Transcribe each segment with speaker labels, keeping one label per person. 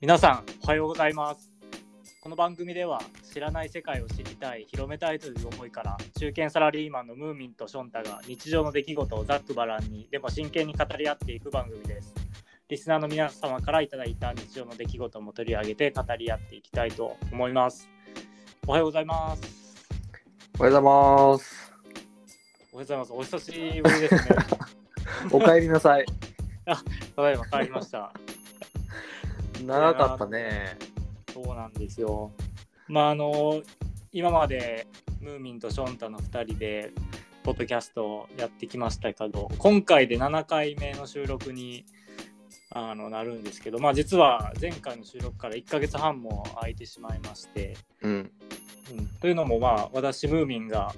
Speaker 1: 皆さんおはようございますこの番組では知らない世界を知りたい広めたいという思いから中堅サラリーマンのムーミンとションタが日常の出来事をざっくばらんにでも真剣に語り合っていく番組ですリスナーの皆様からいただいた日常の出来事も取り上げて語り合っていきたいと思いますおはようございます
Speaker 2: おはよ うございます。
Speaker 1: おはようございますお久しぶりですね
Speaker 2: おかえりなさい。
Speaker 1: ただいま帰りました
Speaker 2: 長かったね。
Speaker 1: そうなんですよ。まああの今までムーミンとションタの2人でポッドキャストをやってきましたけど今回で7回目の収録にあのなるんですけど、まあ、実は前回の収録から1ヶ月半も空いてしまいまして、
Speaker 2: うん。
Speaker 1: うん、というのもまあ私ムーミンが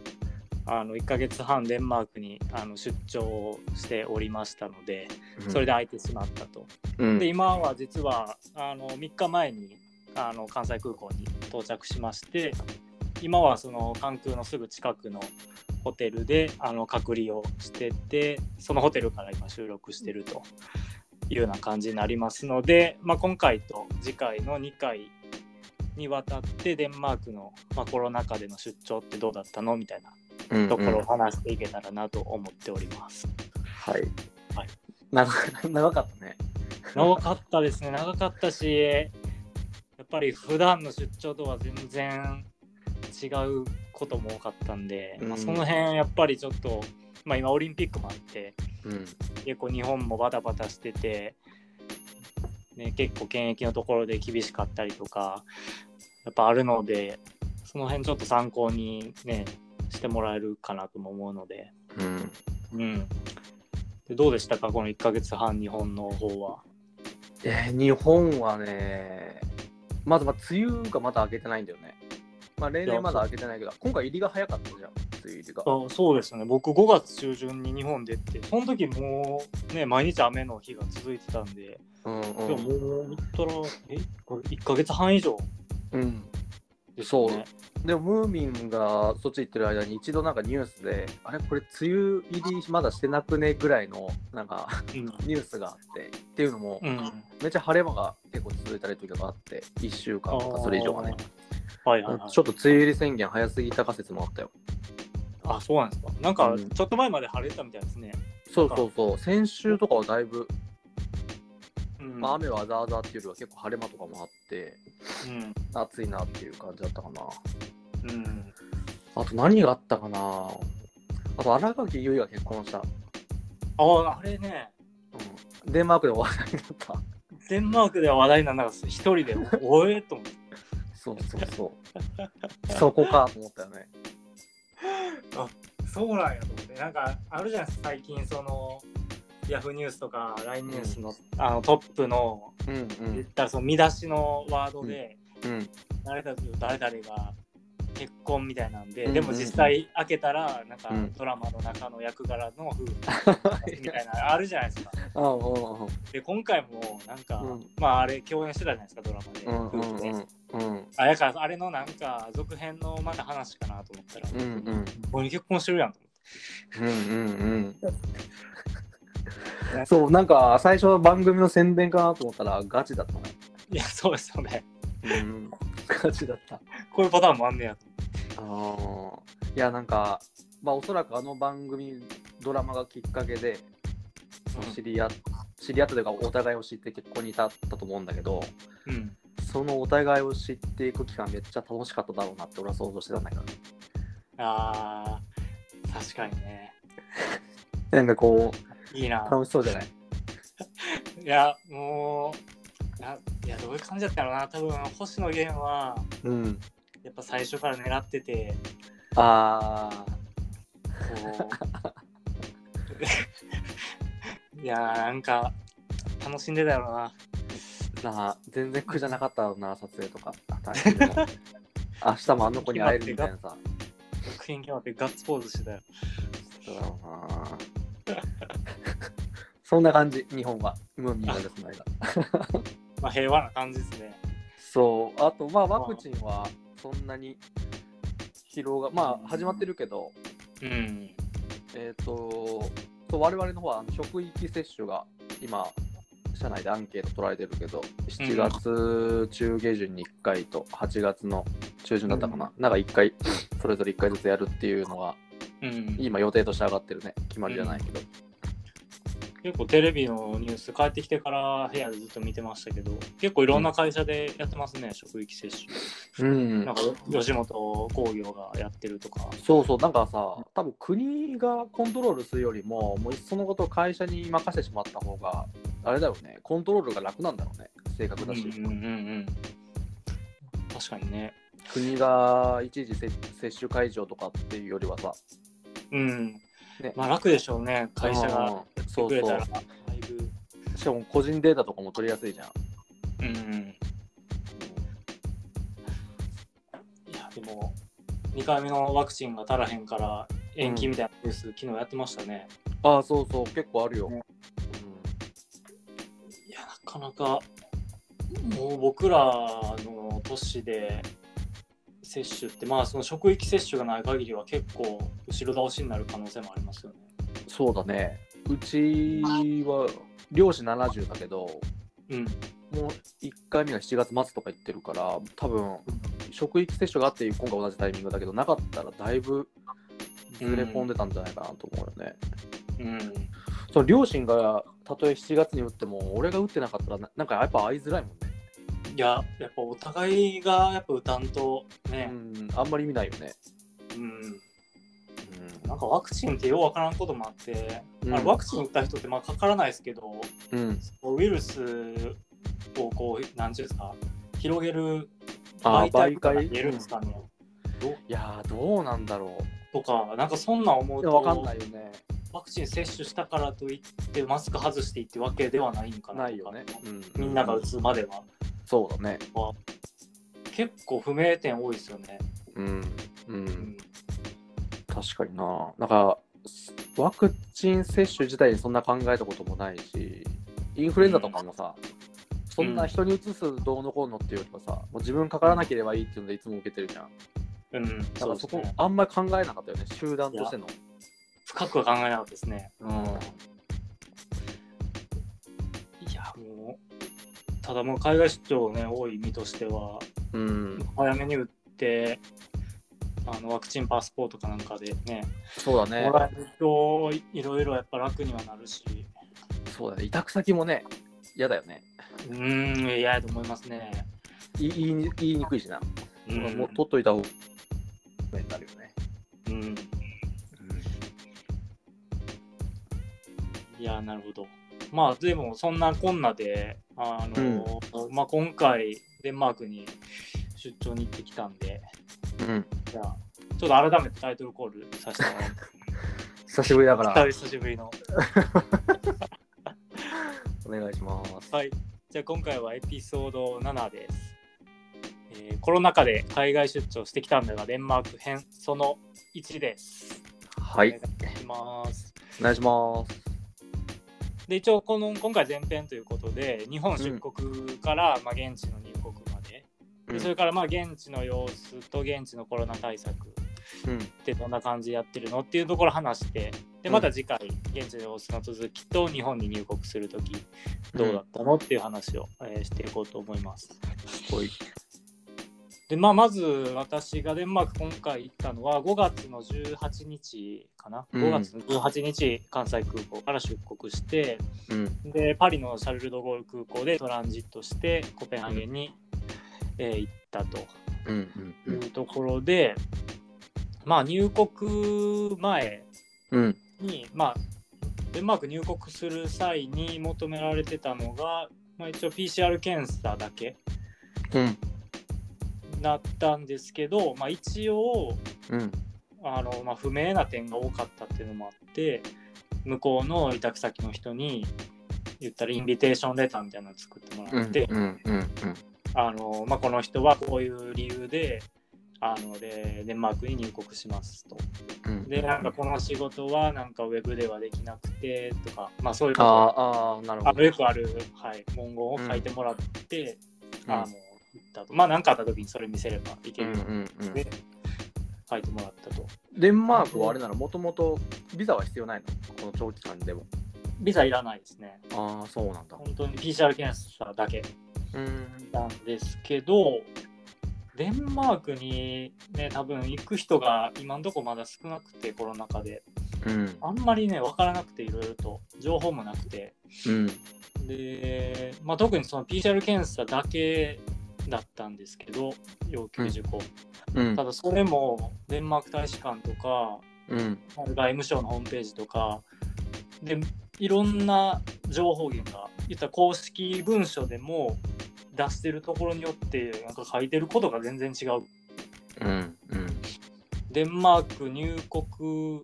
Speaker 1: あの1ヶ月半デンマークにあの出張をしておりましたのでそれで
Speaker 2: だ。
Speaker 1: 空いてしまったと。
Speaker 2: うん
Speaker 1: で。今は実はあの3日前にあの関西空港に到着しまして今はその関空のすぐ近くのホテルであの隔離をしててそのホテルから今収録してるというような感じになりますので、まあ、今回と次回の2回にわたってデンマークの、まあ、コロナ禍での出張ってどうだったのみたいな
Speaker 2: うんうん
Speaker 1: ところを話していけたらなと思っております。
Speaker 2: はい。
Speaker 1: はい
Speaker 2: 長長かったね。
Speaker 1: 長かったですね長かったしやっぱり普段の出張とは全然違うことも多かったんで、まあ、
Speaker 2: うん
Speaker 1: その辺やっぱりちょっと、まあ、今オリンピックもあって
Speaker 2: うん。
Speaker 1: 結構日本もバタバタしてて、ね、結構検疫のところで厳しかったりとかやっぱあるのでその辺ちょっと参考にねしてもらえるかなとも思うので,、
Speaker 2: うん。
Speaker 1: うん、でどうでしたかこの1ヶ月半日本の方は。
Speaker 2: えー日本はね、まずまあ梅雨がまだ明けてないんだよね。まあ例年まだ明けてないけど、今回入りが早かったじゃん。梅雨入りが。
Speaker 1: あそうですよね僕5月中旬に日本出てその時もうね毎日雨の日が続いてたんで、
Speaker 2: うん
Speaker 1: でももうったらえこれ1ヶ月半以上
Speaker 2: うん。うん。
Speaker 1: ですよね
Speaker 2: でもムーミンがそっち行ってる間に一度なんかニュースで、あれこれ梅雨入りまだしてなくねぐらいのなんか ニュースがあってっていうのも、
Speaker 1: うん、うん、
Speaker 2: めっちゃ晴れ間が結構続いたりとかがあって1週間とかそれ以上がね
Speaker 1: はいはい、は
Speaker 2: うん
Speaker 1: い
Speaker 2: ちょっと梅雨入り宣言早すぎた仮説もあったよ
Speaker 1: あそうなんですかなんか
Speaker 2: うん
Speaker 1: ちょっと前まで晴れてたみたいですね、
Speaker 2: そうそうそう先週とかはだいぶ、
Speaker 1: うん
Speaker 2: まあ、雨はザーザーっていうよりは結構晴れ間とかもあって
Speaker 1: うん
Speaker 2: 暑いなっていう感じだったかな
Speaker 1: うん、
Speaker 2: あと何があったかなあと新垣結衣が結婚した、
Speaker 1: ああれね
Speaker 2: うん、デンマークで話題になった
Speaker 1: デンマークでは話題にならなんか一人で「おえ!」と思って
Speaker 2: そうそうそう そこかと思ったよね
Speaker 1: そうなんやと思ってなんかあるじゃないですか最近そのヤフーニュースとか LINE ニュースの,、あのトップの
Speaker 2: うん
Speaker 1: 言ったらその見出しのワードで、
Speaker 2: うん うん
Speaker 1: 誰々と誰々が結婚みたいなんで、
Speaker 2: うんうん
Speaker 1: でも実際開けたらなんか
Speaker 2: うん
Speaker 1: ドラマの中の役柄の夫婦みたいなあるじゃないですか。
Speaker 2: ああうん
Speaker 1: で今回もなんか、
Speaker 2: うん
Speaker 1: まああれ共演してたじゃないですかドラマで、
Speaker 2: うん
Speaker 1: 夫
Speaker 2: うん
Speaker 1: 婦
Speaker 2: う
Speaker 1: で。
Speaker 2: んうん
Speaker 1: あだからあれのなんか続編のまた話かなと思ったら、
Speaker 2: うんうん
Speaker 1: これ結婚してるやんと思って。
Speaker 2: うんうんうん。そう、なんか最初は番組の宣伝かなと思ったらガチだったね。
Speaker 1: いやそうですよね。
Speaker 2: うん、ガチだった。
Speaker 1: こういうパターンもあんねやと思って。
Speaker 2: あのーいや、なんか、まあおそらくあの番組、ドラマがきっかけで、その知り合っ知り合ったというか、お互いを知って結婚に至ったと思うんだけど、
Speaker 1: うん、
Speaker 2: そのお互いを知っていく期間めっちゃ楽しかっただろうなって俺は想像してたんだけど。
Speaker 1: あー確かにね。
Speaker 2: なんかこ
Speaker 1: いいな
Speaker 2: う、。楽しそうじゃない
Speaker 1: いや、もう、ないや、どういう感じだったのかな。多分、星野源は、
Speaker 2: うん。
Speaker 1: やっぱ最初から狙ってて、
Speaker 2: あ
Speaker 1: こう。 いやー、なんか、楽しんでたよな。
Speaker 2: ー、なあ、全然苦じゃなかっただろうな、撮影とか。大変でも明日もあの子に会えるみたいなさ。
Speaker 1: 作品決まってガッツポーズしてたよ。
Speaker 2: そうだろうな。そんな感じ、日本は。ムーミンがですね。
Speaker 1: まあ、平和な感じですね。
Speaker 2: そう、あと、まあ、ワクチンはそんなに疲労が、まあ、始まってるけど、
Speaker 1: うん。
Speaker 2: えっ、と、そう我々の方はあの職域接種が今、社内でアンケート取られてるけど、7月中下旬に1回と8月の中旬だったかな、なんか1回、それぞれ1回ずつやるっていうのが、
Speaker 1: うん、
Speaker 2: 今予定として上がってるね、決まりじゃないけど。
Speaker 1: 結構テレビのニュース帰ってきてから部屋でずっと見てましたけど結構いろんな会社でやってますね、職域接種
Speaker 2: うん
Speaker 1: なんか吉本興業がやってるとか
Speaker 2: そうそう、なんかさ、多分国がコントロールするよりも、もういっそのことを会社に任せてしまった方が、あれだよね、コントロールが楽なんだろうね、正確だし。
Speaker 1: うんうんうんうん確かにね
Speaker 2: 国が一時接接種会場とかっていうよりはさ、
Speaker 1: うん、
Speaker 2: ね
Speaker 1: まあ楽でしょうね会社がや
Speaker 2: うん
Speaker 1: って
Speaker 2: そう
Speaker 1: くれた
Speaker 2: そ
Speaker 1: らだいぶ
Speaker 2: う、しかも個人データとかも取りやすいじゃん。
Speaker 1: うんいやでも2回目のワクチンが足らへんから延期みたいなニュース、昨日やってましたね
Speaker 2: ああ、そうそう、結構あるよ。
Speaker 1: ねいやなかなかもう僕らの都市で接種ってまあその職域接種がない限りは結構後ろ倒しになる可能性もありますよね。
Speaker 2: うんそうだね、うちは漁師70だけど、
Speaker 1: うん、
Speaker 2: もう1回目が7月末とか言ってるから、多分職域接種があって、今回同じタイミングだけど、なかったらだいぶずれ込んでたんじゃないかなと思うよね。
Speaker 1: うん、
Speaker 2: その両親がたとえ7月に打っても、俺が打ってなかったらな、なんかやっぱ会いづらいもんね。
Speaker 1: いややっぱお互いがやっぱ歌んとね、
Speaker 2: うん、あんまり意味ないよね。
Speaker 1: うん、
Speaker 2: う
Speaker 1: なんかワクチンってようわからんこともあって、
Speaker 2: うん
Speaker 1: あのワクチン打った人ってまあかからないですけど
Speaker 2: ん、うん、
Speaker 1: ウイルスをこうなんていうんですか広げる
Speaker 2: あー
Speaker 1: 媒体が
Speaker 2: 媒介
Speaker 1: 言えるんですかね、
Speaker 2: いやー、どうなんだろ
Speaker 1: とかなんかそんなん思
Speaker 2: う。
Speaker 1: う
Speaker 2: いや
Speaker 1: と
Speaker 2: わかんないよね。
Speaker 1: ワクチン接種したからといってマスク外していいってわけではないんかな
Speaker 2: ないよね。うん、
Speaker 1: みんなが打つまでは
Speaker 2: そうだね。
Speaker 1: 結構不明点多いですよね、
Speaker 2: うん、う、
Speaker 1: うんん
Speaker 2: 確かにな。なんか、ワクチン接種自体にそんな考えたこともないし、インフルエンザとかもさ、そんな人にうつすどうのこうのっていうよりはさ、もう自分かからなければいいっていうのでいつも受けてるじゃん。
Speaker 1: うん、
Speaker 2: だか
Speaker 1: そう
Speaker 2: ら
Speaker 1: で
Speaker 2: そ
Speaker 1: す
Speaker 2: こ、
Speaker 1: ね
Speaker 2: あんまり考えなかったよね、集団としての。
Speaker 1: 深くは考えなかったですね
Speaker 2: うん
Speaker 1: いやもうただもう海外出張ね多い身としては
Speaker 2: うん、
Speaker 1: 早めに打ってあのワクチンパスポートかなんかでね
Speaker 2: そうだね
Speaker 1: も。らえるといいろいろやっぱ楽にはなるし
Speaker 2: そうだね。委託先もね、嫌だよね。
Speaker 1: うーん嫌やと思いますね、
Speaker 2: い言いに言いにくいしな。
Speaker 1: うん
Speaker 2: もう取っといた方がになるよね。
Speaker 1: うん、いやなるほどまあでもそんなこんなであの、まあ、今回デンマークに出張に行ってきたんで
Speaker 2: うん。
Speaker 1: じゃあちょっと改めてタイトルコールさせてもらい
Speaker 2: 久しぶりだか
Speaker 1: ま
Speaker 2: ら
Speaker 1: す二人久しぶりの
Speaker 2: お願いします。
Speaker 1: はい。じゃあ今回はエピソード7です。えーコロナ禍で海外出張してきたんだが、デンマーク編その1です。
Speaker 2: は
Speaker 1: お
Speaker 2: い。
Speaker 1: 願いします。
Speaker 2: お願いします。
Speaker 1: で、一応この今回前編ということで、日本出国から、まあ、現地の入国まで、でそれからまあ現地の様子と現地のコロナ対策
Speaker 2: うん。
Speaker 1: ってどんな感じでやってるのっていうところ話して、で、また次回、現地の様子の続きと日本に入国するとき、どうだったのっていう話を、えーしていこうと思います。
Speaker 2: ほい。
Speaker 1: でまあ、まず私がデンマーク今回行ったのは5月の18日かな、
Speaker 2: うん
Speaker 1: 5月の18日関西空港から出国して
Speaker 2: うん。
Speaker 1: でパリのシャルル・ド・ゴール空港でトランジットしてコペンハーゲンに、えー行ったと
Speaker 2: うん。
Speaker 1: い
Speaker 2: うん。
Speaker 1: うところで、まあ、入国前
Speaker 2: うん。
Speaker 1: に、まあ、デンマーク入国する際に求められてたのが、まあ、一応 PCR 検査だけ
Speaker 2: うん。
Speaker 1: なったんですけど、まあ、一応
Speaker 2: うん。
Speaker 1: あの、まあ、不明な点が多かったっていうのもあって向こうの委託先の人に言ったらインビテーションレターみたいなのを作っても
Speaker 2: う
Speaker 1: らっ
Speaker 2: ん。
Speaker 1: て、
Speaker 2: うん。うん。
Speaker 1: あのまあ、この人はこういう理由であのでデンマークに入国しますと。
Speaker 2: うん。
Speaker 1: でなんかこの仕事はなんかウェブではできなくてとか、まあ、そういうこ
Speaker 2: あ
Speaker 1: と
Speaker 2: あ
Speaker 1: を
Speaker 2: ああ、なる
Speaker 1: あ
Speaker 2: ほ
Speaker 1: の
Speaker 2: ど。
Speaker 1: よくある、はい、文言を書いてもらって、
Speaker 2: うん
Speaker 1: あの言ったとまあ何かあった時にそれ見せればいけ
Speaker 2: うん
Speaker 1: る
Speaker 2: う
Speaker 1: よ
Speaker 2: ん
Speaker 1: うに書いてもらったと。
Speaker 2: デンマークはあれなのもともとビザは必要ないのこの長期間でも。
Speaker 1: ビザいらないですね。
Speaker 2: ああ、そうなんだ。
Speaker 1: 本当に PCR 検査だけ
Speaker 2: うん。
Speaker 1: なんですけど、デンマークにね、多分行く人が今のところまだ少なくて、コロナ禍で、
Speaker 2: うん。
Speaker 1: あんまりね、分からなくて、いろいろと、情報もなくて、
Speaker 2: うん。
Speaker 1: で、まあ、特にその PCR 検査だけだったんですけど、要求事項。
Speaker 2: うん
Speaker 1: た。だ、それもデンマーク大使館とか、
Speaker 2: うん。
Speaker 1: 外務省のホームページとかでいろんな情報源が言ったら公式文書でも出してるところによってなんか書いてることが全然違う
Speaker 2: うん。
Speaker 1: デンマーク入国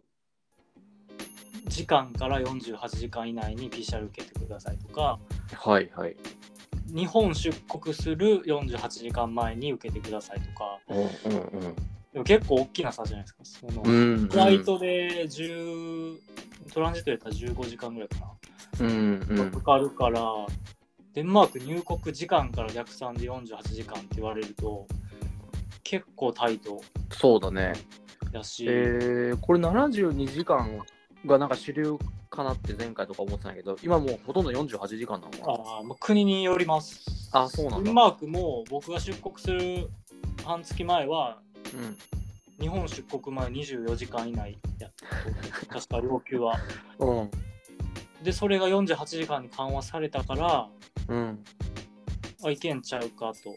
Speaker 1: 時間から48時間以内に PCR 受けてくださいとか
Speaker 2: はいはい。
Speaker 1: 日本出国する48時間前に受けてくださいとか
Speaker 2: うんうん
Speaker 1: でも結構大きな差じゃないですかその
Speaker 2: うん。うん。
Speaker 1: フライトで10トランジットやったら15時間ぐらいかな
Speaker 2: うんうん
Speaker 1: か。かるから、デンマーク入国時間から逆算で48時間って言われると結構タイト
Speaker 2: そうだね。
Speaker 1: だし、
Speaker 2: えー、これ72時間がなんか主流かなって前回とか思ってたんやけど、今もうほとんど48時間なのか
Speaker 1: あーまあ国によります
Speaker 2: あそうなんだ
Speaker 1: デンマークも僕が出国する半月前は
Speaker 2: な。
Speaker 1: 日本出国前24時間以内やった確か要求は
Speaker 2: うん。うん。
Speaker 1: でそれが48時間に緩和されたから
Speaker 2: うん。
Speaker 1: あいけんちゃうかと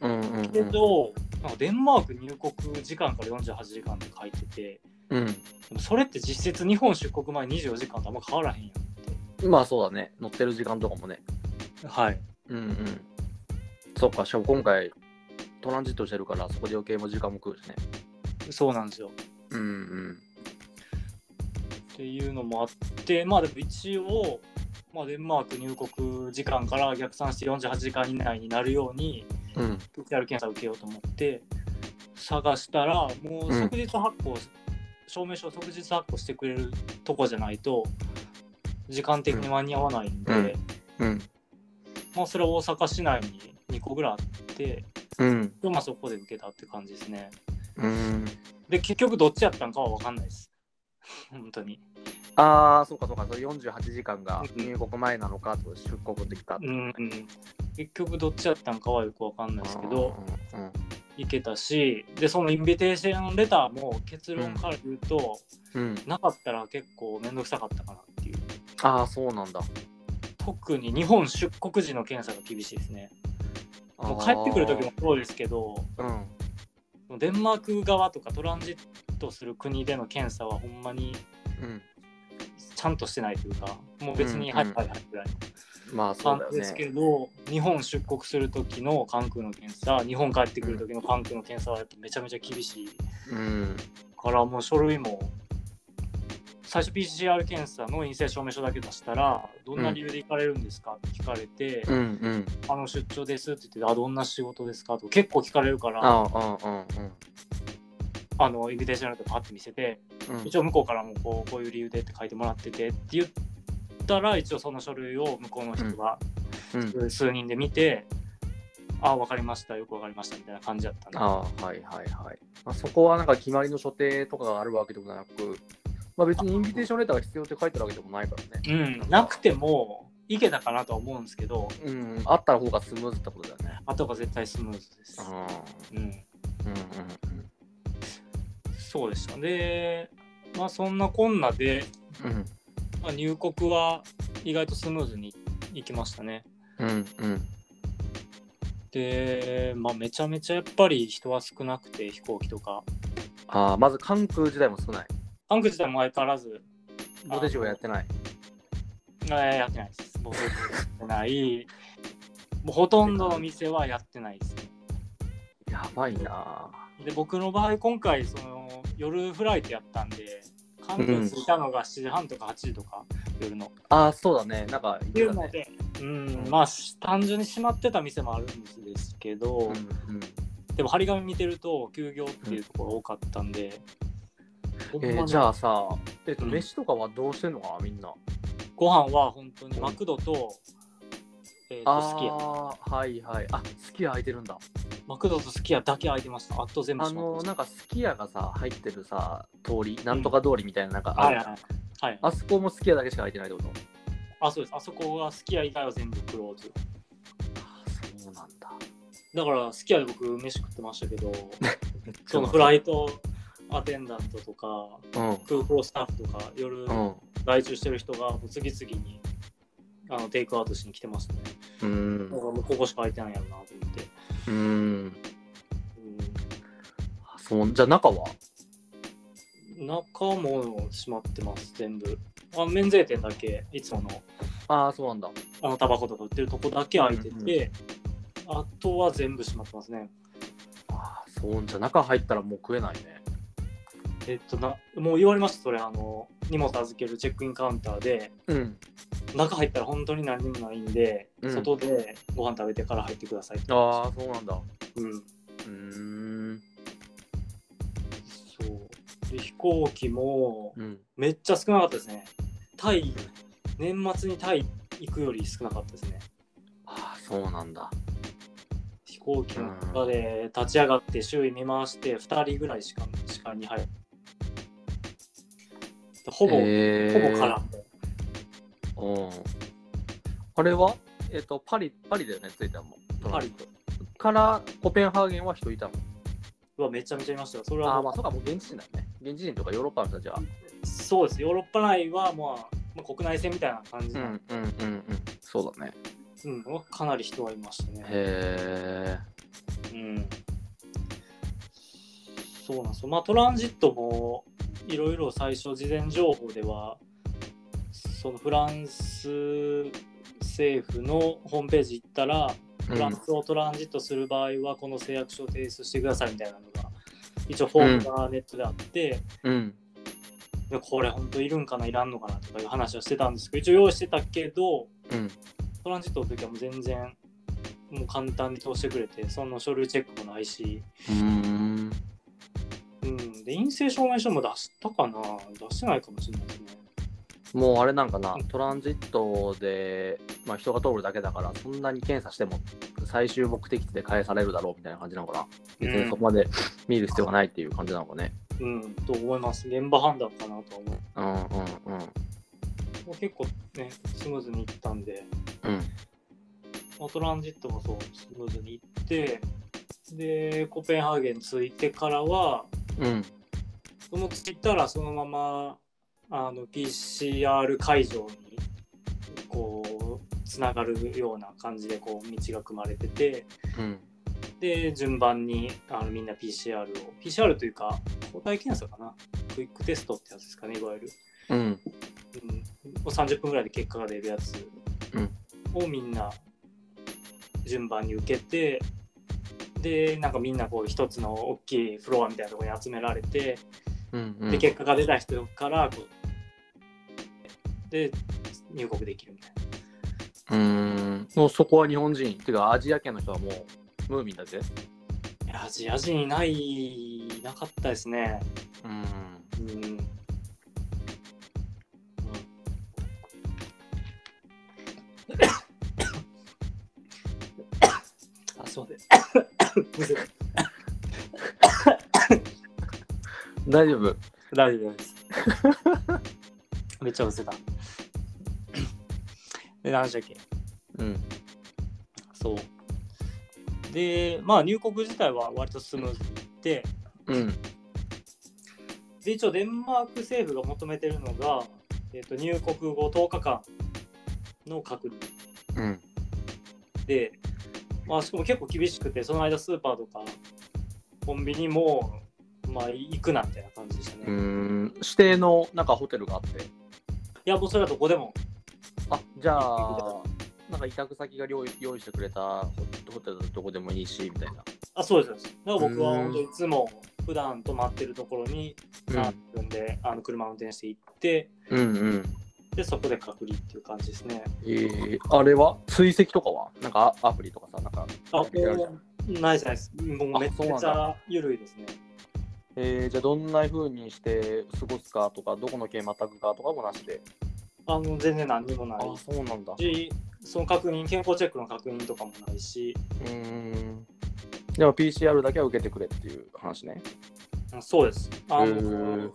Speaker 2: うんうん、うん。
Speaker 1: けど、なんかデンマーク入国時間から48時間って書いてて
Speaker 2: うん。
Speaker 1: でもそれって実質日本出国前24時間とあんま変わらへんや
Speaker 2: まあそうだね。乗ってる時間とかもね。
Speaker 1: ん。はい。
Speaker 2: うんうん。そっか、しかも今回トランジットしてるから、そこで余計も時間も食うしね。
Speaker 1: そうなんですよ。
Speaker 2: うんうん。
Speaker 1: っていうのもあって、まあでも一応、まあ、デンマーク入国時間から逆算して48時間以内になるように
Speaker 2: うん、
Speaker 1: PCR 検査を受けようと思って探したらもう
Speaker 2: うん
Speaker 1: 即日発行、証明書を即日発行してくれるとこじゃないと時間的に間に合わないんで、
Speaker 2: うんうん、
Speaker 1: まあそれは大阪市内に2個ぐらいあって
Speaker 2: うん、
Speaker 1: でまあそこで受けたって感じですね。
Speaker 2: うん。
Speaker 1: で結局どっちやったんかは分かんないです。 本当に。
Speaker 2: ああ、そうかそうか、それ48時間が
Speaker 1: うん
Speaker 2: 入国前なのか、と出国の時か。
Speaker 1: うんうん、結局どっちやったんかはよく分かんないですけど
Speaker 2: うん、うん
Speaker 1: 行けたしでそのインビテーションレターも結論から言うと、
Speaker 2: うん、うん。
Speaker 1: なかったら結構面倒くさかったかなっていう
Speaker 2: ああ、そうなんだ。
Speaker 1: 特に日本出国時の検査が厳しいですねもう帰ってくる時もそうですけど
Speaker 2: あー。
Speaker 1: デンマーク側とかトランジットする国での検査はほんまに
Speaker 2: うん、うん。
Speaker 1: ちゃんとしてないというかもう別に「
Speaker 2: うん
Speaker 1: は
Speaker 2: う
Speaker 1: い
Speaker 2: ん
Speaker 1: はいはい」ぐらいの
Speaker 2: まあそう
Speaker 1: 感
Speaker 2: だよ
Speaker 1: じですけ
Speaker 2: ね。
Speaker 1: ど、日本出国する時の関空の検査日本帰ってくる時の関空の検査はやっぱめちゃめちゃ厳しい
Speaker 2: うん、
Speaker 1: からもう書類も最初 PCR 検査の陰性証明書だけ出したらどんな理由で行かれるんですかって聞かれて、
Speaker 2: うん、うん。
Speaker 1: あの出張ですって言ってあどんな仕事ですかとか結構聞かれるからあ
Speaker 2: ああ、うん、うん、
Speaker 1: のインビテーションルートパッて見せて、
Speaker 2: うん。
Speaker 1: 一応向こうからもこうこういう理由でって書いてもらっててって言ったら一応その書類を向こうの人が
Speaker 2: うん、
Speaker 1: 数人で見て、ああ、分かりました、よく分かりましたみたいな感じだったんで、
Speaker 2: ああ、はいはいはい。まあ、そこはなんか決まりの所定とかがあるわけでもなく、まあ別にインビテーションレターが必要って書いてるわけでもないからね。
Speaker 1: うん、なくてもいけたかなとは思うんですけど、
Speaker 2: うん、あった方がスムーズってことだよね。
Speaker 1: あとが絶対スムーズです。
Speaker 2: う
Speaker 1: うん、
Speaker 2: ん、う
Speaker 1: そうでした。で、まあ、そんなこんなで、
Speaker 2: ん、うん、
Speaker 1: まあ、入国は意外とスムーズにいきましたね。
Speaker 2: うん、うん、
Speaker 1: で、まあ、めちゃめちゃやっぱり人は少なくて、飛行機とか、
Speaker 2: ああ、まず関空時代も少ない。
Speaker 1: 韓国自体も相変わらず、
Speaker 2: ボテジはやってない。
Speaker 1: えーやってないです。僕やってない。もうほとんどの店はやってないですね。
Speaker 2: やばいな
Speaker 1: で僕の場合今回その夜フライトやったんで韓国着いたのが7時半とか8時とか夜の、っ
Speaker 2: ああ、そうだね。なんか言って
Speaker 1: いう
Speaker 2: た
Speaker 1: の
Speaker 2: ね、
Speaker 1: で、うん、まあし単純に閉まってた店もあるんですけど、
Speaker 2: うん、うん。
Speaker 1: でも張り紙見てると休業っていうところ多かったんで、
Speaker 2: えー、じ
Speaker 1: あ
Speaker 2: ゃあさ、えっと、
Speaker 1: うん
Speaker 2: 飯とかはどうしてんのかな、みんな。
Speaker 1: ご飯は本当にマクドと、えー
Speaker 2: あ
Speaker 1: とすき家
Speaker 2: あ、はいはい。あ、すき家空いてるんだ。
Speaker 1: マクドとすき家だけ空いてましたあと全部
Speaker 2: あ
Speaker 1: 閉まってま
Speaker 2: の
Speaker 1: し
Speaker 2: なんかすき家がさ入ってるさ通りなんとか通りみたいななんか
Speaker 1: た
Speaker 2: あ
Speaker 1: はい
Speaker 2: る、
Speaker 1: はいはいはい
Speaker 2: あそこもすき家だけしか入ってないってこと
Speaker 1: あ、そうです。あそこはすき家以外は全部クローズ。
Speaker 2: あーそうなんだ。
Speaker 1: だから、すき家で僕、飯食ってましたけ ど、そのフライトアテンダントとか、
Speaker 2: うん。
Speaker 1: 空港スタッフとか、夜
Speaker 2: うん。う
Speaker 1: 来中してる人が次々にあのテイクアウトしに来てましたね。
Speaker 2: ーん
Speaker 1: だから。もうここしか空いてないやろなと思って。
Speaker 2: うーん。
Speaker 1: う
Speaker 2: あそうじゃあ中は
Speaker 1: ん、中も閉まってます、全部。あ免税店だけ、いつもの
Speaker 2: ああ、そうなんだ。
Speaker 1: あのタバコとか売ってるとこだけ空いて
Speaker 2: うんうん
Speaker 1: て、あとは全部閉まってますね。
Speaker 2: ああ、そうじゃあ中入ったらもう食えないね。
Speaker 1: えっとな、もう言われました、それ、あの、荷物預けるチェックインカウンターで、
Speaker 2: うん。
Speaker 1: 中入ったら本当に何にもないんで、
Speaker 2: うん
Speaker 1: 外でご飯食べてから入ってくださいって言われま
Speaker 2: ああ、そうなんだ。う
Speaker 1: したうん、
Speaker 2: ーん。
Speaker 1: そう。で飛行機も、
Speaker 2: うん。
Speaker 1: めっちゃ少なかったですね。タイ、年末にタイ行くより少なかったですね。
Speaker 2: ああ、そうなんだ。
Speaker 1: 飛行機の中で立ち上がって周囲見回して2人ぐらいしかしかに入る。ほぼ、
Speaker 2: え
Speaker 1: ほ
Speaker 2: ー
Speaker 1: ぼ空。
Speaker 2: うん。あれはえっ、と、パリ、パリだよね、着いたのも。
Speaker 1: パリ
Speaker 2: からコペンハーゲンは人いたの。
Speaker 1: はめちゃめちゃいましたよ。それ
Speaker 2: あ
Speaker 1: は
Speaker 2: あ、まあそうか、もう現地人だよね。現地人とかヨーロッパの人たちは。
Speaker 1: そうです。ヨーロッパ内は、まあ、まあ国内線みたいな感じ
Speaker 2: うん
Speaker 1: な
Speaker 2: うん
Speaker 1: で、
Speaker 2: んうんうん。そうだね。
Speaker 1: うんかなり人はいましたね。
Speaker 2: へえ。
Speaker 1: うん、そうなんですよ。まあトランジットもいろいろ最初事前情報ではそのフランス政府のホームページ行ったらフランスをトランジットする場合はこの誓約書を提出してくださいみたいなのが一応フォームがネットであって、
Speaker 2: うん。
Speaker 1: いやこれ本当いるんかないらんのかなとかいう話をしてたんですけど一応用意してたけど
Speaker 2: うん。
Speaker 1: トランジットの時はもう全然もう簡単に通してくれてその書類チェックもないし。
Speaker 2: うん。
Speaker 1: うん、で陰性証明書も出したかな出してないかもしれないですね。
Speaker 2: もうあれなんかな、トランジットで、まあ、人が通るだけだから、そんなに検査しても最終目的地で返されるだろうみたいな感じなのかな。別にそこまで見る必要がないっていう感じなのかね。
Speaker 1: うん、と思います。現場判断かなとは思う。
Speaker 2: うんうんうん。
Speaker 1: もう結構ね、スムーズにいったんで、
Speaker 2: うん。
Speaker 1: まあトランジットもそう、スムーズにいって、で、コペンハーゲン着いてからは、
Speaker 2: うん。
Speaker 1: その着いたらそのまま、あの、PCR 会場に、こう、つながるような感じで、こう、道が組まれてて、
Speaker 2: うん。
Speaker 1: で、順番にあのみんな PCR を、PCR というか、抗体検査かな、クイックテストってやつですかね、いわゆる。
Speaker 2: うん。
Speaker 1: うん、もう30分ぐらいで結果が出るやつ
Speaker 2: うん
Speaker 1: をみんな順番に受けて、で、なんかみんなこう一つの大きいフロアみたいなところに集められて、
Speaker 2: うん。
Speaker 1: で、結果が出た人からこう、で、入国できるみたいな。
Speaker 2: うん。もうそこは日本人、っていうかアジア圏の人はもうムーミンだぜ。
Speaker 1: いやアジア人いない、いなかったですね。
Speaker 2: うん。
Speaker 1: うんうんあ、そうです。
Speaker 2: 大丈夫。
Speaker 1: 大丈夫です。めっちゃむせた。で、何でしたっけ
Speaker 2: うん。
Speaker 1: そう。で、まあ入国自体は割とスムーズにいって、
Speaker 2: うん。
Speaker 1: で、一応デンマーク政府が求めてるのが、えっと入国後10日間の隔離
Speaker 2: うん。
Speaker 1: で、まあ、しかも結構厳しくて、その間スーパーとかコンビニも、まあ、行くなみたいな感じでしたね。
Speaker 2: う
Speaker 1: い
Speaker 2: ん。指定のなんかホテルがあって。
Speaker 1: や、もうそれはどこでも、
Speaker 2: あじゃあ、なんか委託先が用意用意してくれたホホテルどこでもいいしみたいな。
Speaker 1: あ、そうです。そうですだから僕は
Speaker 2: うん
Speaker 1: 本当いつも普段泊まってるところに、自分であの車運転して行って、
Speaker 2: うんうん。
Speaker 1: で、そこで隔離っていう感じですね。
Speaker 2: えー、あれは追跡とかはなんかアアプリとかさ、なんか。
Speaker 1: あ、も
Speaker 2: やるじゃん
Speaker 1: う、ナイスナイス。もうめっ
Speaker 2: あそうな
Speaker 1: ち
Speaker 2: んだ
Speaker 1: ゃ緩いですね。
Speaker 2: えー、じゃあどんな風にして過ごすかとか、どこの県またぐかとかもなしで。
Speaker 1: あの、全然何にもな
Speaker 2: あ
Speaker 1: い
Speaker 2: そうなんだ。
Speaker 1: し、その確認、健康チェックの確認とかもないし、
Speaker 2: うん。でも PCR だけは受けてくれっていう話ね。
Speaker 1: うんそうです。あ
Speaker 2: へー
Speaker 1: の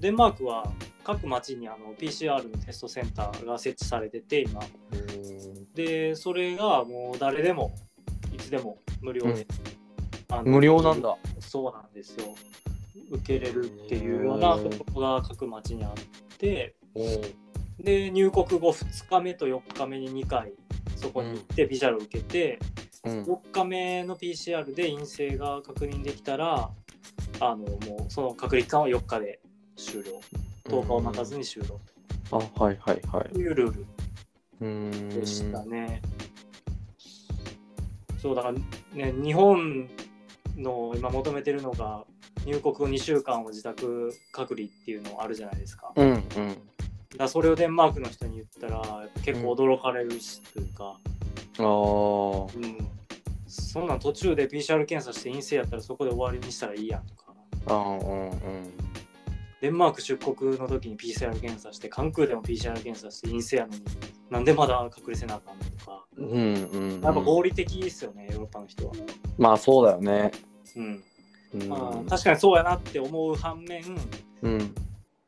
Speaker 1: デンマークは各町にあの PCR のテストセンターが設置されてて今でそれがもう誰でもいつでも無料で、
Speaker 2: うん
Speaker 1: あの
Speaker 2: 無料なんだ。
Speaker 1: そうなんですよ受けれるっていうような
Speaker 2: へ
Speaker 1: と
Speaker 2: ー
Speaker 1: ころが各町にあってで入国後2日目と4日目に2回そこに行ってビジュアルを受けて、
Speaker 2: うん
Speaker 1: 4日目の PCR で陰性が確認できたらあのもうその隔離期間は4日で終了10日を待たずに終了
Speaker 2: あ、はいはいはい
Speaker 1: と。いうルール
Speaker 2: うーん
Speaker 1: でしたね。そうだからね日本の今求めてるのが入国後2週間を自宅隔離っていうのあるじゃないですか。だか
Speaker 2: うんうん。
Speaker 1: らそれをデンマークの人に言ったらやっぱ結構驚かれるしというか、
Speaker 2: ああ。
Speaker 1: うん、そんなん途中で PCR 検査して陰性やったらそこで終わりにしたらいいやんとか。
Speaker 2: ああ、うんうん。
Speaker 1: デンマーク出国の時に PCR 検査して、関空でも PCR 検査して陰性やのに、なんでまだ隔離せなあかんのとか、
Speaker 2: うんうん、うん。
Speaker 1: やっぱ合理的ですよね、ヨーロッパの人は。
Speaker 2: まあそうだよね。
Speaker 1: うん
Speaker 2: うん。
Speaker 1: まあ、確かにそうやなって思う反面、
Speaker 2: うん、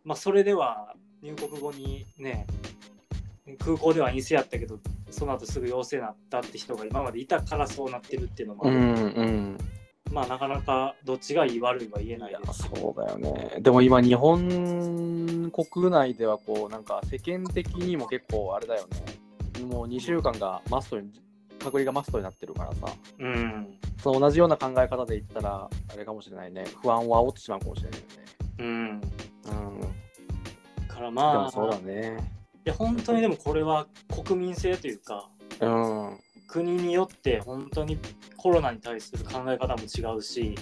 Speaker 1: まあ、それでは入国後にね空港では陰性やったけどその後すぐ陽性になったって人が今までいたからそうなってるっていうのもあ
Speaker 2: う
Speaker 1: る、
Speaker 2: んうん。
Speaker 1: まあなかなかどっちがいい悪いは言えないい
Speaker 2: や
Speaker 1: で、す
Speaker 2: そうだよね。でも今、日本国内では、こう、なんか世間的にも結構あれだよね。もう2週間がマストに、隔離がマストになってるからさ。
Speaker 1: うん
Speaker 2: その同じような考え方で言ったら、あれかもしれないね。不安を煽ってしまうかもしれないよ
Speaker 1: うん
Speaker 2: ね。うん。で
Speaker 1: から
Speaker 2: も
Speaker 1: ま
Speaker 2: そう
Speaker 1: あ
Speaker 2: だね。
Speaker 1: いや本当にでもこれは国民性というか
Speaker 2: うん。うん。
Speaker 1: 国によって本当にコロナに対する考え方も違うし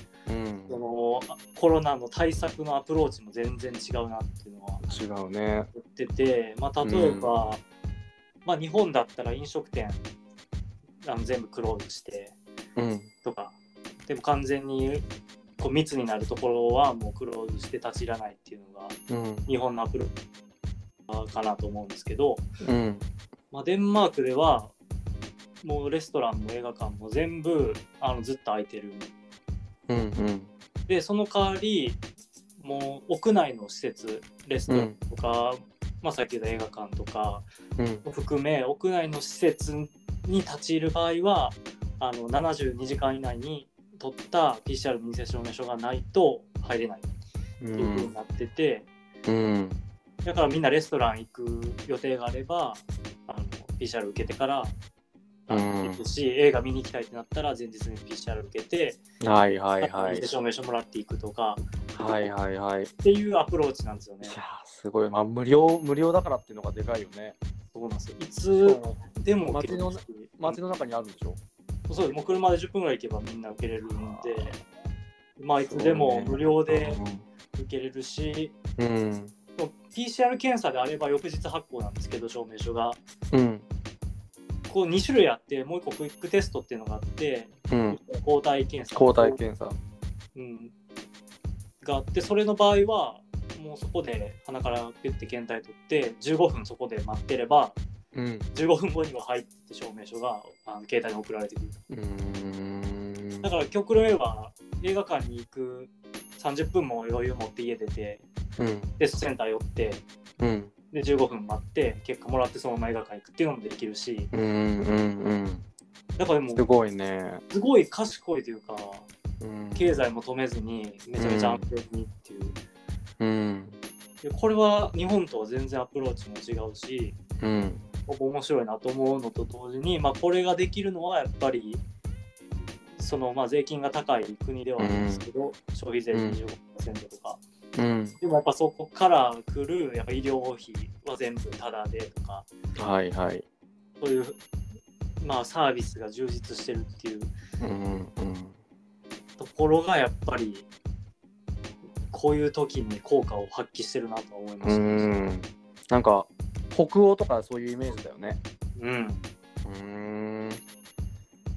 Speaker 1: そのコロナの対策のアプローチも全然違うなっていうのは
Speaker 2: 違うね。
Speaker 1: やってて、まあ、例えば、まあ、日本だったら飲食店あの全部クローズして
Speaker 2: うん。
Speaker 1: とかでも完全にこう密になるところはもうクローズして立ち入らないっていうのが
Speaker 2: うん。
Speaker 1: 日本のアプローチかなと思うんですけど、
Speaker 2: うん。
Speaker 1: まあ、デンマークではもうレストランも映画館も全部あのずっと空いてる
Speaker 2: うん。うん。
Speaker 1: でその代わりもう屋内の施設レストランとか、まあ、さっき言った映画館とか
Speaker 2: うん。
Speaker 1: 含め屋内の施設に立ち入る場合はあの72時間以内に取った PCR 陰性証明書がないと入れないっていう風になってて、
Speaker 2: うん。
Speaker 1: だからみんなレストラン行く予定があればあの PCR 受けてからあの
Speaker 2: うん
Speaker 1: 行くし、映画見に行きたいってなったら前日に PCR 受けて、
Speaker 2: はいはいは
Speaker 1: 陰
Speaker 2: い
Speaker 1: 性。証明書もらっていくとか
Speaker 2: はいはいはい。
Speaker 1: っていうアプローチなんですよ
Speaker 2: い
Speaker 1: ね
Speaker 2: や。ーすごい、まあ、無料無料だからっていうのがでかいよね。
Speaker 1: そうなんですよいつでも受けれるし
Speaker 2: 街の中にあるんでしょ。
Speaker 1: そうですもう車で10分ぐらい行けばみんな受けれるんで、まあ、いつでも無料で受けれるし、
Speaker 2: うん。
Speaker 1: もう PCR 検査であれば翌日発行なんですけど、証明書が。
Speaker 2: うん。
Speaker 1: こう2種類あって、もう1個クイックテストっていうのがあって、
Speaker 2: うん。
Speaker 1: 抗体検査
Speaker 2: 抗体検査。
Speaker 1: うん、があって、それの場合は、もうそこで鼻からピュッて検体取って、15分そこで待ってれば、
Speaker 2: うん。
Speaker 1: 15分後には入って証明書があの携帯に送られてくる。
Speaker 2: うーん
Speaker 1: だから極論言えば映画館に行く30分も余裕持って家出て
Speaker 2: うん。
Speaker 1: テストセンター寄って
Speaker 2: うん。
Speaker 1: で15分待って結果もらってそのまま映画館行くっていうのもできるし
Speaker 2: うん。うん。
Speaker 1: だから
Speaker 2: う
Speaker 1: も
Speaker 2: ん。す
Speaker 1: う
Speaker 2: ごいね。
Speaker 1: すごい賢いというか
Speaker 2: うん。
Speaker 1: 経済も止めずにめちゃめちゃ安定にっていう、
Speaker 2: うん。
Speaker 1: でこれは日本とは全然アプローチも違うし
Speaker 2: うん。
Speaker 1: 面白いなと思うのと同時に、まあ、これができるのはやっぱりそのまあ税金が高い国ではあるんですけど、消費税25%とか。
Speaker 2: うん。
Speaker 1: でもやっぱそこから来るやっぱ医療費は全部タダでとか
Speaker 2: はいはい。
Speaker 1: そういう、まあ、サービスが充実してるっていう
Speaker 2: うん。うん。
Speaker 1: ところがやっぱりこういう時に効果を発揮してるなとは思いま
Speaker 2: う
Speaker 1: した。
Speaker 2: ん。なんか北欧とかそういうイメージだよね。
Speaker 1: うん
Speaker 2: うーん。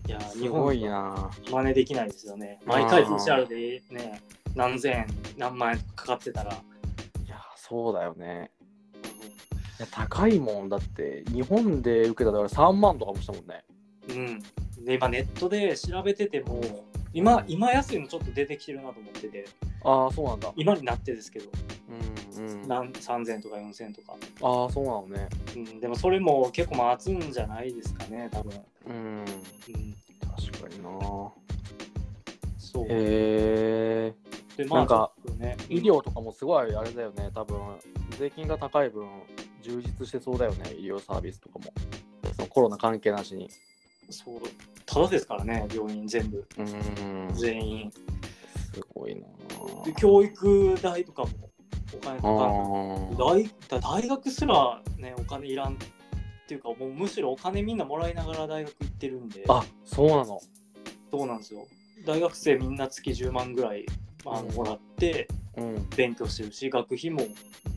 Speaker 1: いや
Speaker 2: す
Speaker 1: 日
Speaker 2: ご
Speaker 1: 本
Speaker 2: いな。
Speaker 1: 真似できないですよね。毎回
Speaker 2: あー
Speaker 1: PCR でね何千円何万円とかかかってたら。
Speaker 2: いやそうだよね。いや高いもんだって日本で受けたら3万とかもしたもんね
Speaker 1: うん、で今ネットで調べてても今今安いのちょっと出てきてるなと思ってて。
Speaker 2: あああ、そうなんだ。
Speaker 1: 今になってですけど、
Speaker 2: うんうん。あ
Speaker 1: なん3000とか4000とか、
Speaker 2: あー、そうなのね。
Speaker 1: うん、でもそれも結構待つんじゃないですかね多分、
Speaker 2: うん。
Speaker 1: うん、
Speaker 2: 確かにな。
Speaker 1: そう
Speaker 2: へえ。
Speaker 1: でまあ
Speaker 2: なんか
Speaker 1: ちょっとね
Speaker 2: 医療とかもすごいあれだよね。多分、税金が高い分、充実してそうだよね。医療サービスとかも。そのコロナ関係なしに。
Speaker 1: そうただですからね病院全部
Speaker 2: うんす
Speaker 1: 全員
Speaker 2: ごいな。
Speaker 1: で教育代とかもお金か
Speaker 2: あ
Speaker 1: かる
Speaker 2: ー
Speaker 1: 大だ大学すらねお金いらんっていうかもうむしろお金みんなもらいながら大学行ってるんで
Speaker 2: あ、そうなの。
Speaker 1: そうなんですよ大学生みんな月10万ぐらい、あの
Speaker 2: うん
Speaker 1: もらって
Speaker 2: うん。へ
Speaker 1: 勉強してるし学費も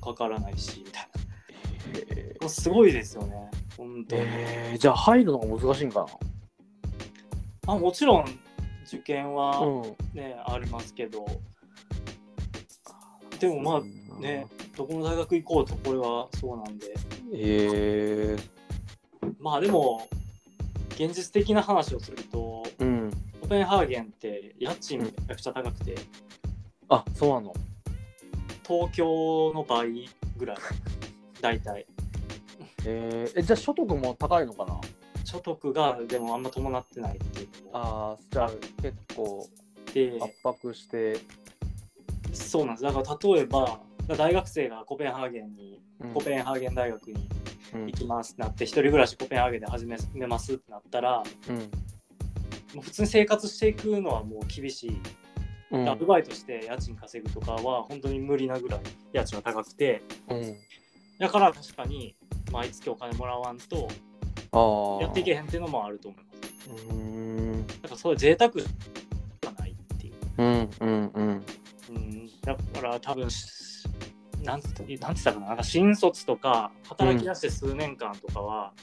Speaker 1: かからないしみたい
Speaker 2: え
Speaker 1: なすごいですよね本当に、
Speaker 2: えー、じゃあ入るのが難しいんか
Speaker 1: あもちろん受験
Speaker 2: な。
Speaker 1: は
Speaker 2: ん。
Speaker 1: ね、ありますけどでもまあね。どこの大学行こうとこれはそうなんで
Speaker 2: えー、
Speaker 1: まあでも現実的な話をすると
Speaker 2: うん。
Speaker 1: コペンハーゲンって家賃めちゃくちゃ高くて、
Speaker 2: あ、そうなの。
Speaker 1: 東京の倍ぐらい、大体。
Speaker 2: えー、え、じゃあ所得も高いのかな
Speaker 1: 所得がでもあんま伴ってないっていうのもあ
Speaker 2: ああ、じゃあ結構
Speaker 1: って、
Speaker 2: 圧迫して。
Speaker 1: そうなんです。だから例えば、大学生がコペンハーゲンに、
Speaker 2: うん
Speaker 1: コペンハーゲン大学に
Speaker 2: うん
Speaker 1: 行きますってなって、一人暮らしコペンハーゲンで始めますってなったら、
Speaker 2: うん
Speaker 1: もう普通に生活していくのはもう厳しい。
Speaker 2: うん
Speaker 1: アルバイトして家賃稼ぐとかは本当に無理なぐらい家賃が高くて、
Speaker 2: うん
Speaker 1: だから確かに毎月お金もらわんと
Speaker 2: ああ。
Speaker 1: やっていけへんっていうのもあると思います。
Speaker 2: うーん。
Speaker 1: なんかそういう贅沢がないっていう。
Speaker 2: うんうんうん。
Speaker 1: うん、だから多分しなんつったなんて言ったかななんか新卒とか働き出して数年間とかは、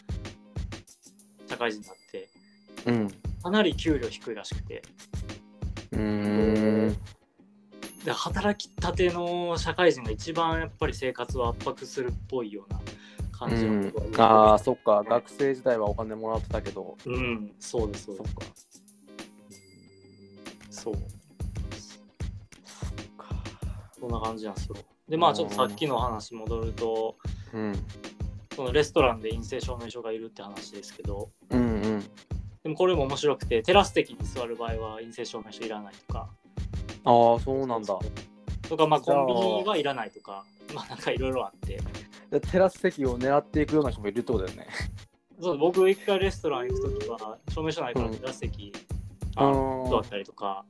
Speaker 1: 社会人になって
Speaker 2: うん。
Speaker 1: かなり給料低いらしくて
Speaker 2: うーん。
Speaker 1: で働きたての社会人が一番やっぱり生活を圧迫するっぽいような感じのことは言う
Speaker 2: うん、ああ、そっか。学生時代はお金もらってたけど。
Speaker 1: うん、そうですそう
Speaker 2: そ
Speaker 1: で
Speaker 2: っ
Speaker 1: す
Speaker 2: か。
Speaker 1: そうそんな感じなんですよでまあちょっとさっきの話戻ると
Speaker 2: うん。
Speaker 1: そのレストランで陰性証明書がいるって話ですけど、
Speaker 2: うんうん。
Speaker 1: でもこれも面白くて、テラス席に座る場合は陰性証明書いらないとか、
Speaker 2: ああ、そうなんだ。
Speaker 1: とか、まあ、コンビニはいらないとか、 まあ、なんかいろいろあって、
Speaker 2: でテラス席を狙っていくような人もいるってことだよね。
Speaker 1: そう僕、一回レストラン行くときは、証明書ないから
Speaker 2: うん
Speaker 1: テラス席
Speaker 2: あ
Speaker 1: あ
Speaker 2: ー
Speaker 1: 座ったりとか、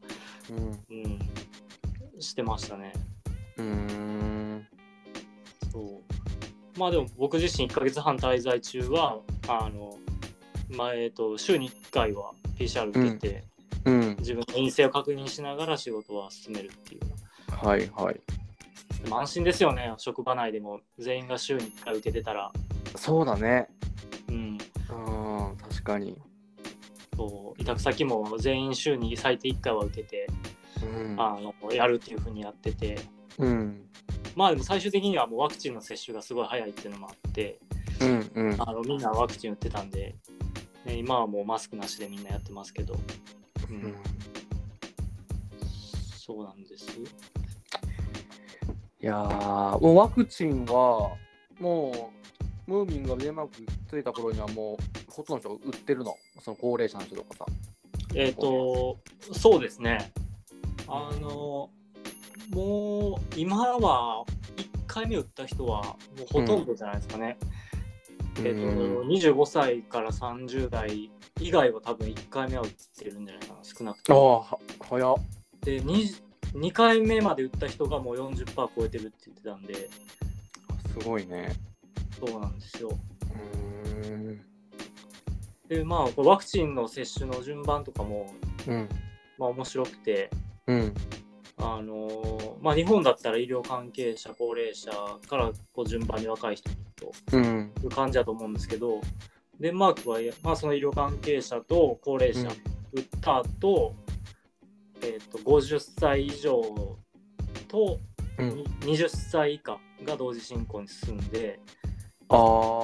Speaker 2: うん。う
Speaker 1: うん、してましたね。
Speaker 2: ーん。
Speaker 1: そうまあでも僕自身1ヶ月半滞在中は、あの、まあえっと週に1回は PCR 受けて、
Speaker 2: うん。
Speaker 1: 自分の陰性を確認しながら仕事は進めるっていうような
Speaker 2: はいはい。
Speaker 1: でも安心ですよね、職場内でも全員が週に1回受けてたら、
Speaker 2: そうだね。
Speaker 1: うん、
Speaker 2: うん、確かに。
Speaker 1: そう委託先も全員週に最低1回は受けて、
Speaker 2: うん。
Speaker 1: あのやるっていうふうにやってて、
Speaker 2: うん。
Speaker 1: まあでも最終的にはもうワクチンの接種がすごい早いっていうのもあって、
Speaker 2: うんうん。
Speaker 1: あのみんなワクチン打ってたんで、ね、今はもうマスクなしでみんなやってますけど、う
Speaker 2: うんん、
Speaker 1: そうなんです。
Speaker 2: いやーもうワクチンがもうムーミンがデンマーク着いた頃にはもうほとんどの人売ってるのその高齢者の人とかさ
Speaker 1: えっ、と、そうですね、あの、もう今は1回目打った人はもうほとんどじゃないですかね。えっと
Speaker 2: うん
Speaker 1: 25歳から30代以外は多分1回目は打ってるんじゃないかな少なく
Speaker 2: あ
Speaker 1: とも
Speaker 2: あは早っ
Speaker 1: で 2, 2回目まで打った人がもう40%超えてるって言ってたんです
Speaker 2: ごいね
Speaker 1: そうなんですよ
Speaker 2: うん
Speaker 1: でまあこれワクチンの接種の順番とかも、
Speaker 2: うん
Speaker 1: まあ、面白くて
Speaker 2: うん
Speaker 1: あのーまあ、日本だったら医療関係者高齢者からこう順番に若い人にと
Speaker 2: うん
Speaker 1: いう感じだと思うんですけどデンマークは、まあ、その医療関係者と高齢者、打った後、えー、と50歳以上と
Speaker 2: うん
Speaker 1: 20歳以下が同時進行に進んで
Speaker 2: あ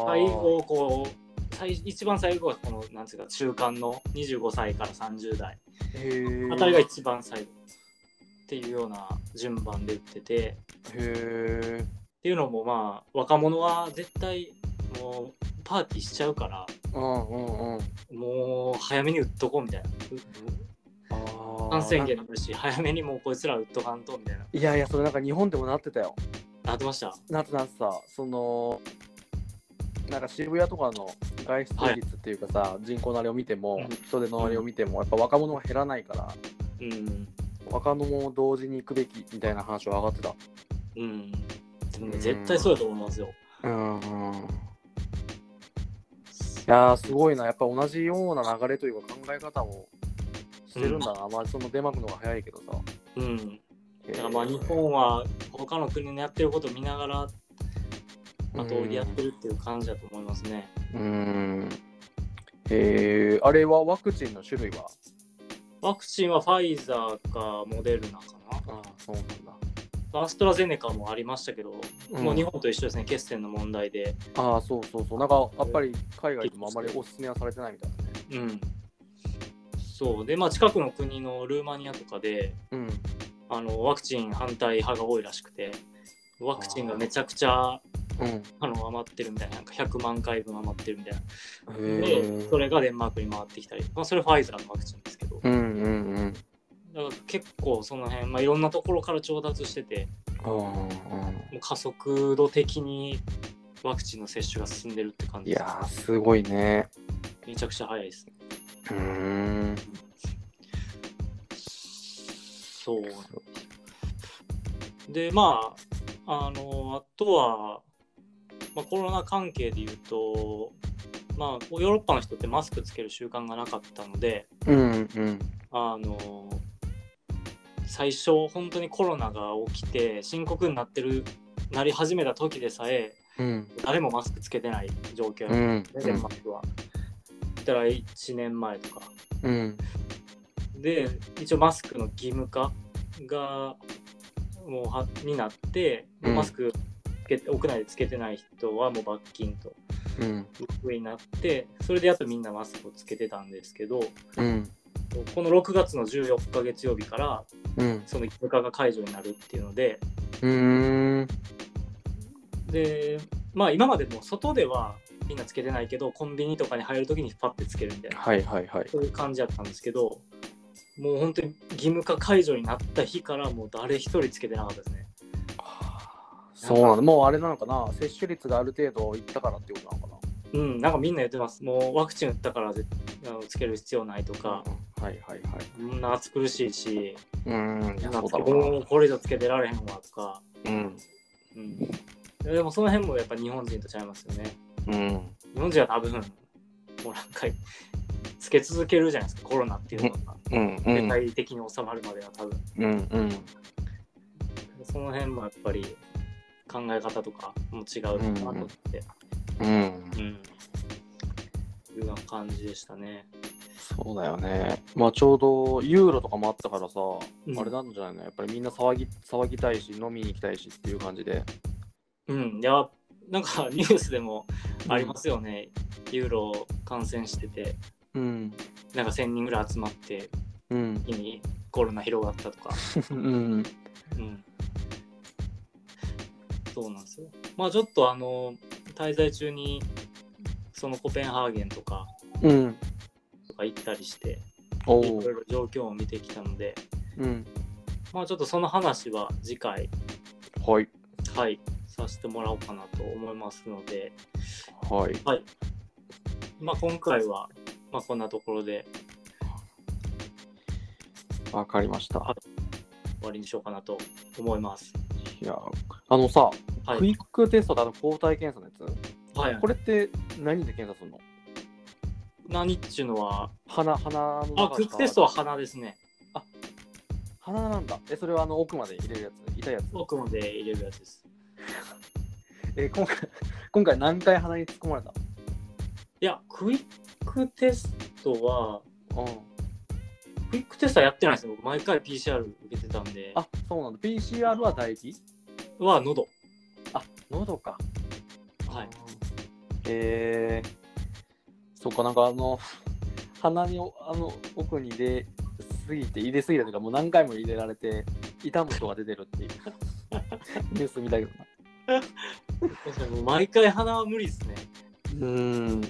Speaker 1: 最
Speaker 2: ー
Speaker 1: 後こう最一番最後はこのなんていうか中間の25歳から30代
Speaker 2: へー
Speaker 1: あたりが一番最後っっていうような順番で打ってて、
Speaker 2: へ
Speaker 1: っていうのもまあ若者は絶対もうパーティーしちゃうから
Speaker 2: うんうんうん
Speaker 1: もう早めに打っとこうみたいな
Speaker 2: あー
Speaker 1: 感染源になるし早めにもうこいつら打っとかんとみたいない
Speaker 2: やいやそれなんか日本でもなってたよ
Speaker 1: なってました
Speaker 2: なってなってさそのなんか渋谷とかの外出率っていうかさ、人口のあれを見ても、
Speaker 1: うん
Speaker 2: 人手のあれを見てもやっぱ若者は減らないから
Speaker 1: うん
Speaker 2: 若者も同時に行くべきみたいな話は上がってた
Speaker 1: うんでも絶対そうだと思いますよ
Speaker 2: うんうんいやーすごいなやっぱ同じような流れというか考え方をしてるんだな、まあその出まくのが早いけどさ
Speaker 1: うんだからまあ日本は他の国のやってることを見ながらまとやってるっていう感じだと思いますね
Speaker 2: うんえー、あれはワクチンの種類は
Speaker 1: ワクチンはファイザーかモデルナか
Speaker 2: ああそうなんだ
Speaker 1: なアストラゼネカもありましたけど、
Speaker 2: うん
Speaker 1: もう日本と一緒ですね決戦の問題で
Speaker 2: ああそうそうそうなんかやっぱり海外でもあまりおすすめはされてないみたいなね
Speaker 1: うん、そうで、まあ、近くの国のルーマニアとかで
Speaker 2: うん
Speaker 1: あのワクチン反対派が多いらしくてワクチンがめちゃくちゃあ
Speaker 2: うん
Speaker 1: の余ってるみたいななんか100万回分余ってるみたいなで
Speaker 2: え
Speaker 1: それがデンマークに回ってきたり、まあ、それファイザーのワクチンですけどだか
Speaker 2: うんうんうん
Speaker 1: ら結構その辺、まあ、いろんなところから調達してて
Speaker 2: うん
Speaker 1: もう加速度的にワクチンの接種が進んでるって感
Speaker 2: い
Speaker 1: じです
Speaker 2: やーすごいね
Speaker 1: めちゃくちゃ早いですね
Speaker 2: うん
Speaker 1: そうでまああのあとは、まあ、コロナ関係で言うと、まあ、ヨーロッパの人ってマスクつける習慣がなかったので
Speaker 2: うんうん
Speaker 1: あの最初本当にコロナが起きて深刻になってるなり始めた時でさえ
Speaker 2: うん
Speaker 1: 誰もマスクつけてない状況
Speaker 2: う
Speaker 1: やっ
Speaker 2: ん
Speaker 1: たねデンマークは。だから1年前とか
Speaker 2: うん
Speaker 1: で一応マスクの義務化がもうはになって、
Speaker 2: うん
Speaker 1: マスクつけて屋内でつけてない人はもう罰金と
Speaker 2: うん
Speaker 1: 上になってそれでやっとみんなマスクをつけてたんですけど
Speaker 2: うん
Speaker 1: この6月の14日月曜日から
Speaker 2: うん
Speaker 1: その義務化が解除になるっていうので
Speaker 2: うん
Speaker 1: でまあ今までも外ではみんなつけてないけどコンビニとかに入るときにパッてつけるみたいな
Speaker 2: はいはいはい
Speaker 1: そういう感じだったんですけど、もう本当に義務化解除になった日から、もう誰一人つけてなかったですね。
Speaker 2: そうなんだもうあれなのかな接種率がある程度いったからってことなのか
Speaker 1: うん、なんかみんな言ってます。もうワクチン打ったからぜあのつける必要ないと
Speaker 2: な
Speaker 1: か、
Speaker 2: はいはいはい
Speaker 1: こんな暑苦しいし、
Speaker 2: うんいやそうだろ
Speaker 1: もうこれ以上つけてられへんわとか、
Speaker 2: うなうん
Speaker 1: うん、でもその辺もやっぱ日本人とちゃいますよね。
Speaker 2: うん
Speaker 1: 日本人は多分、もう何回つけ続けるじゃないですか、コロナっていうのが。
Speaker 2: うんう
Speaker 1: 世
Speaker 2: ん
Speaker 1: 界的に収まるまでは多分。
Speaker 2: うんうん
Speaker 1: その辺もやっぱり考え方とかも違うなと思って、
Speaker 2: う
Speaker 1: う
Speaker 2: ん
Speaker 1: んいうような感じでしたね。
Speaker 2: そうだよね。まあちょうどユーロとかもあったからさ、
Speaker 1: うん
Speaker 2: あれなんじゃないのやっぱりみんな騒ぎ騒ぎたいし、飲みに行きたいしっていう感じで。
Speaker 1: うん、いやなんか ニュースでもありますよね、ユーロ感染してて
Speaker 2: うん。
Speaker 1: なんか1,000人ぐらい集まって
Speaker 2: うん。
Speaker 1: 一気にコロナ広がったとか、
Speaker 2: うん。
Speaker 1: うん、そうなんですよ。まあちょっとあの滞在中にそのコペンハーゲンとか
Speaker 2: うん。
Speaker 1: とか行ったりして
Speaker 2: お
Speaker 1: いろ
Speaker 2: お
Speaker 1: い。ろ状況を見てきたので。
Speaker 2: うん。
Speaker 1: まあちょっとその話は次回、
Speaker 2: はい。
Speaker 1: はい、させてもらおうかなと思いますので、
Speaker 2: はい。
Speaker 1: はい。まあ今回は、まあこんなところで
Speaker 2: わかりました。
Speaker 1: 終わりにしようかなと思います。
Speaker 2: いや、あのさ、
Speaker 1: は
Speaker 2: クイ
Speaker 1: い。
Speaker 2: ックテストだの抗体検査のや
Speaker 1: はい
Speaker 2: つ、、これって何で検査するの
Speaker 1: 何っていうのは、
Speaker 2: 鼻、鼻の中
Speaker 1: あ、クイックテストは鼻ですね。
Speaker 2: 鼻なんだ。え、それはあの奥まで入れるやつ、痛いやつ。
Speaker 1: 奥まで入れるやつです。
Speaker 2: え、今回、今回何回鼻に突っ込まれた
Speaker 1: いや、クイックテストは、
Speaker 2: うん。
Speaker 1: クイックテストはやってないですね。僕、毎回 PCR 受けてたんで、
Speaker 2: あ、そうなんだ。PCR は唾液
Speaker 1: は喉。
Speaker 2: あ、喉か。
Speaker 1: はい。。
Speaker 2: えー、そっか、なんかあの、鼻におあの奥に入れすぎて、入れすぎたというか、もう何回も入れられて、痛む人が出てるっていう ニュース見たけどな。
Speaker 1: 確かに毎回鼻は無理ですね。
Speaker 2: うん。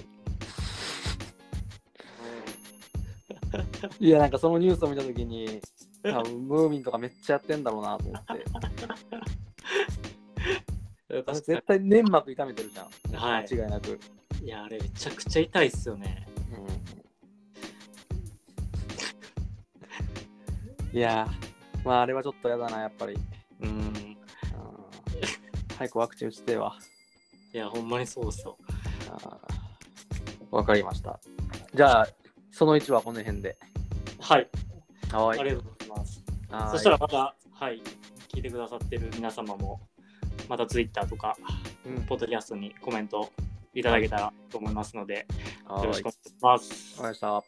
Speaker 2: いや、なんかそのニュースを見たときに、多分ムーミンとかめっちゃやってんだろうなと思って。
Speaker 1: 確 か
Speaker 2: 絶対粘膜痛めてるじゃん。
Speaker 1: はい
Speaker 2: 間違いなく。
Speaker 1: にいや、あれめちゃくちゃ痛いっすよね。
Speaker 2: いやー、まああれはちょっとやだな、やっぱり。
Speaker 1: うん。
Speaker 2: うん早くワクチン打ちてえわ。
Speaker 1: いや、ほんまにそうっすよ。
Speaker 2: あーわかりました。じゃあ、その1はこの辺で。
Speaker 1: はい、
Speaker 2: は
Speaker 1: あ
Speaker 2: い。
Speaker 1: りがとうございます。
Speaker 2: はーい
Speaker 1: そしたらまた、はい、聞いてくださってる皆様も、また Twitter とか、
Speaker 2: うん
Speaker 1: ポッドキャストにコメントいただけたらと思いますので、よろしくお
Speaker 2: は
Speaker 1: 願いします。
Speaker 2: ーいわかりました。は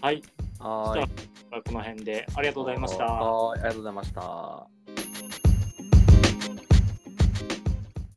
Speaker 1: はい、
Speaker 2: ーい。
Speaker 1: この辺でありがとうございました。
Speaker 2: はーい、ありがとうございました。